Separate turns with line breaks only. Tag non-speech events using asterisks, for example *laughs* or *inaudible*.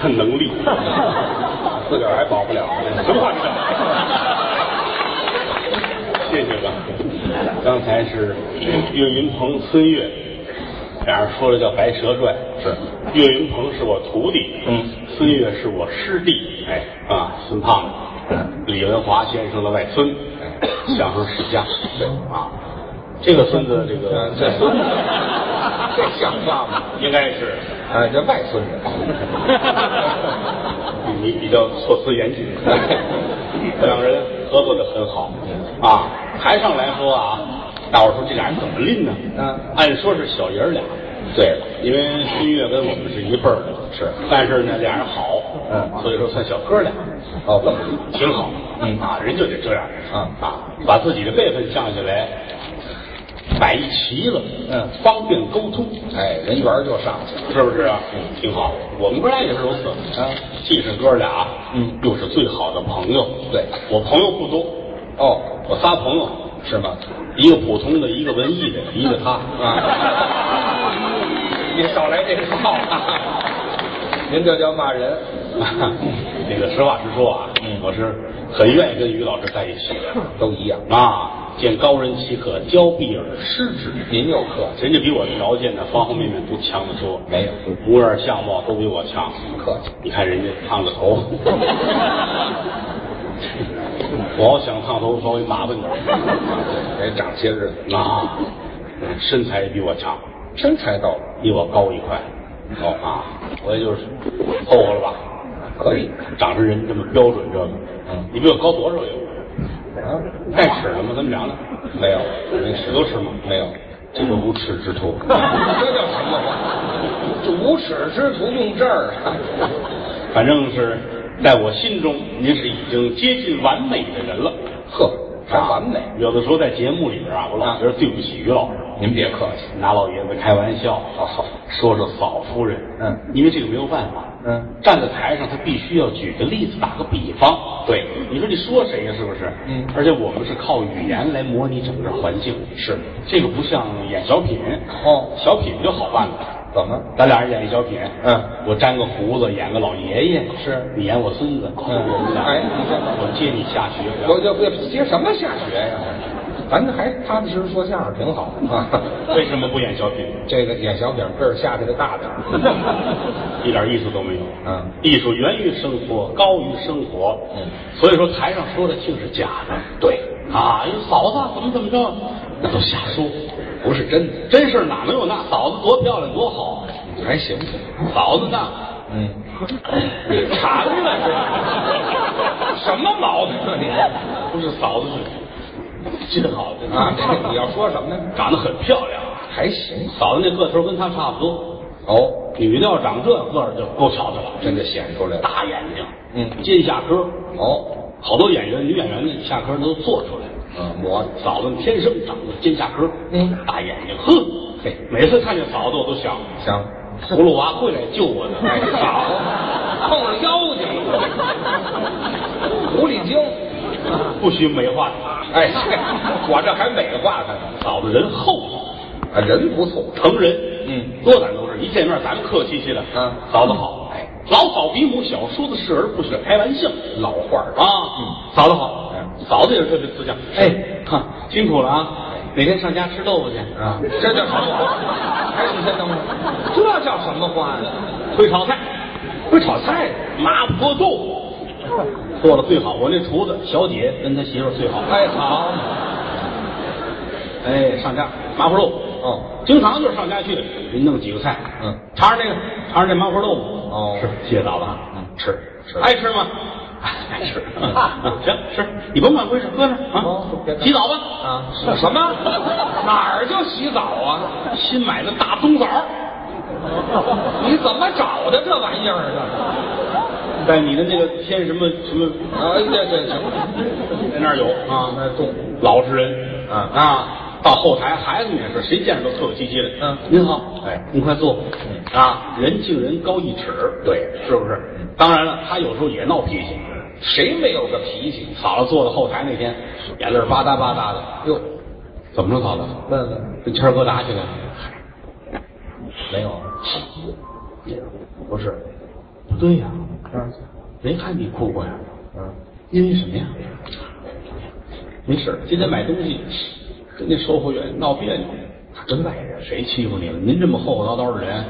看能
*laughs*
力，自个儿还保不了，什么话你这？谢谢
*laughs*
吧。刚才是岳云鹏、孙越，俩人说的叫《白蛇传》。
是
岳云鹏是我徒弟，
嗯，
孙越是我师弟，哎啊，孙胖子，李文华先生的外孙，
哎
相声世家，对啊，这个孙子，这个
嗯这孙
*laughs*
子，这像话吗？
应该是
啊，这外孙子，
你比较措辞
*laughs*
严谨，两人合作的很好啊。台上来说啊，大伙儿说这俩人怎么拎呢？
嗯
按说是小爷儿俩。对了，因为孙越跟我们是一辈儿的，
是
但是呢，俩人好，
嗯
所以说算小哥俩，
哦，这么
挺好，
嗯
啊，人就得这样，
嗯
啊，把自己的辈分降下来，摆一齐了，
嗯
方便沟通，
哎，人缘儿就上去了。
是不是啊？挺好，我们哥俩也是如此
啊
既是哥俩，
嗯
又是最好的朋友。
对
我朋友不多，
哦，
我仨朋友，
是吗？
一个普通的，一个文艺的，一个他。 *laughs*
啊，你少来这套啊！您这叫骂人。
那个实话实说啊，
嗯
我是很愿意跟于老师在一起的
都一样。
啊，见高人即可交臂而失之。
您又客气，
人家比我条件呢，方方面面都强得多，
没有
模样相貌都比我强。
客气。
你看人家烫个头，我要想烫头稍微麻烦点儿
得长些日子，
啊，身材也比我强，
身材到了，
比我高一块，哦啊，我也就是凑合了吧，
可以
长成人这么标准这个，
嗯
你比我高多少呀？
啊？
带尺了吗？咱们量量，
没有，
有
没
尺
事，
有尺吗？
没有。
这个无耻之徒，
这叫什么话？这无耻之徒用这儿啊？
反正是在我心中，您是已经接近完美的人了。啊
呵，还完美。
有的时候在节目里边啊，我老觉得对不起于老师，
您别客气，
拿老爷子开玩笑，
啊
说说嫂夫人，
嗯
因为这个没有办法，
嗯，
站在台上他必须要举个例子，打个比方，对，你说你说谁呀？是不是？
嗯
而且我们是靠语言来模拟整个环境，
是
这个不像演小品，
哦
小品就好办了。
怎么？
咱俩人演一小品，
嗯
我粘个胡子，演个老爷爷，
是
你演我孙子，
嗯
我们俩，
哎你看看
我接你下学，
*laughs* 我就不接什么下学呀？咱还踏踏实实说相声挺好 *laughs* 啊。
为什么不演小品？
这个演小品辈儿下去的大点 *laughs* 儿。
*laughs* 一点意思都没有。
嗯
艺术源于生活，高于生活。
嗯，
所以说台上说的竟是假的。对啊，因为嫂子怎么怎么着，那都瞎说。
不是真的，
真事儿哪能有那嫂子多漂亮多好？啊
还行。
嫂子呢？
嗯，
你馋
*laughs*
了是吧？
什么毛病啊你？
不是嫂子是真好，真好
啊，这你要说什么呢？
长得很漂亮。啊
还行。
嫂子那个头跟她差不多，
哦，
女的要长这个儿就够瞧瞧了，
真的显出来了。
大眼睛，
嗯
尖下颏儿。
哦，
好多演员、女演员的下颏都做出来了。
嗯，磨的
嫂子天生长得尖下颏，
嗯
大眼睛，呵，
嘿
每次看见嫂子我都想，
行。
葫芦娃会来救我的。
哎，好，碰上妖精了， *laughs* 狐狸 *laughs* 精。
不许美化
哎，这我这还美化他呢。
她，嫂子人厚，
啊，人不错。
疼人，
嗯，
多咱都是一见面咱们客气气的，
嗯
嫂子好，哎，老嫂比母，小叔子是儿不许开玩笑
老话儿
啊，嗯，嫂子好
嗯，
嫂子也是特别慈祥，哎，哈，辛苦了啊，哪天上家吃豆腐去，
啊，这叫什么 *laughs* 话？还是这等会儿这叫什么话呢？
会炒菜，
会炒菜。
麻婆豆腐做的最好。我那厨子小姐跟他媳妇儿最好。
哎，好。
哎，上家麻婆豆腐，
哦，
经常就是上家去，您弄几个菜，
嗯，
尝尝这个，尝尝这麻婆豆腐。
哦
是，谢谢嫂子啊，
嗯
吃
吃
爱
*laughs*
吃吗？爱吃，
嗯
*laughs* 行，吃，你甭管归事，搁那儿
哦别
啊，
别
洗澡吧。 *laughs*
啊，什么？哪儿就洗澡啊？
新买的大冬枣，
你怎么找的这玩意儿啊呢？
在你的那个天什么什么，
啊，这这行
在那儿有
啊，那动
老实人，
嗯
啊，到后台孩子们也是，谁见着都客客气气的。
嗯
您好，
哎
您快坐。
嗯
啊，人敬人高一尺，
对嗯
是不是？当然了，他有时候也闹脾气。
谁没有个脾气？
嫂子坐在后台那天，眼泪儿吧嗒吧嗒的。
哟，
怎么了，嫂子？
问问
跟谦儿哥打起来了？
啊没有？
不是，不对呀、
嗯
没看你哭过呀，
嗯，
因为什么呀？
没事儿，今天买东西跟那售货员闹别扭，
真外人，谁欺负你了？您这么厚厚道道的人，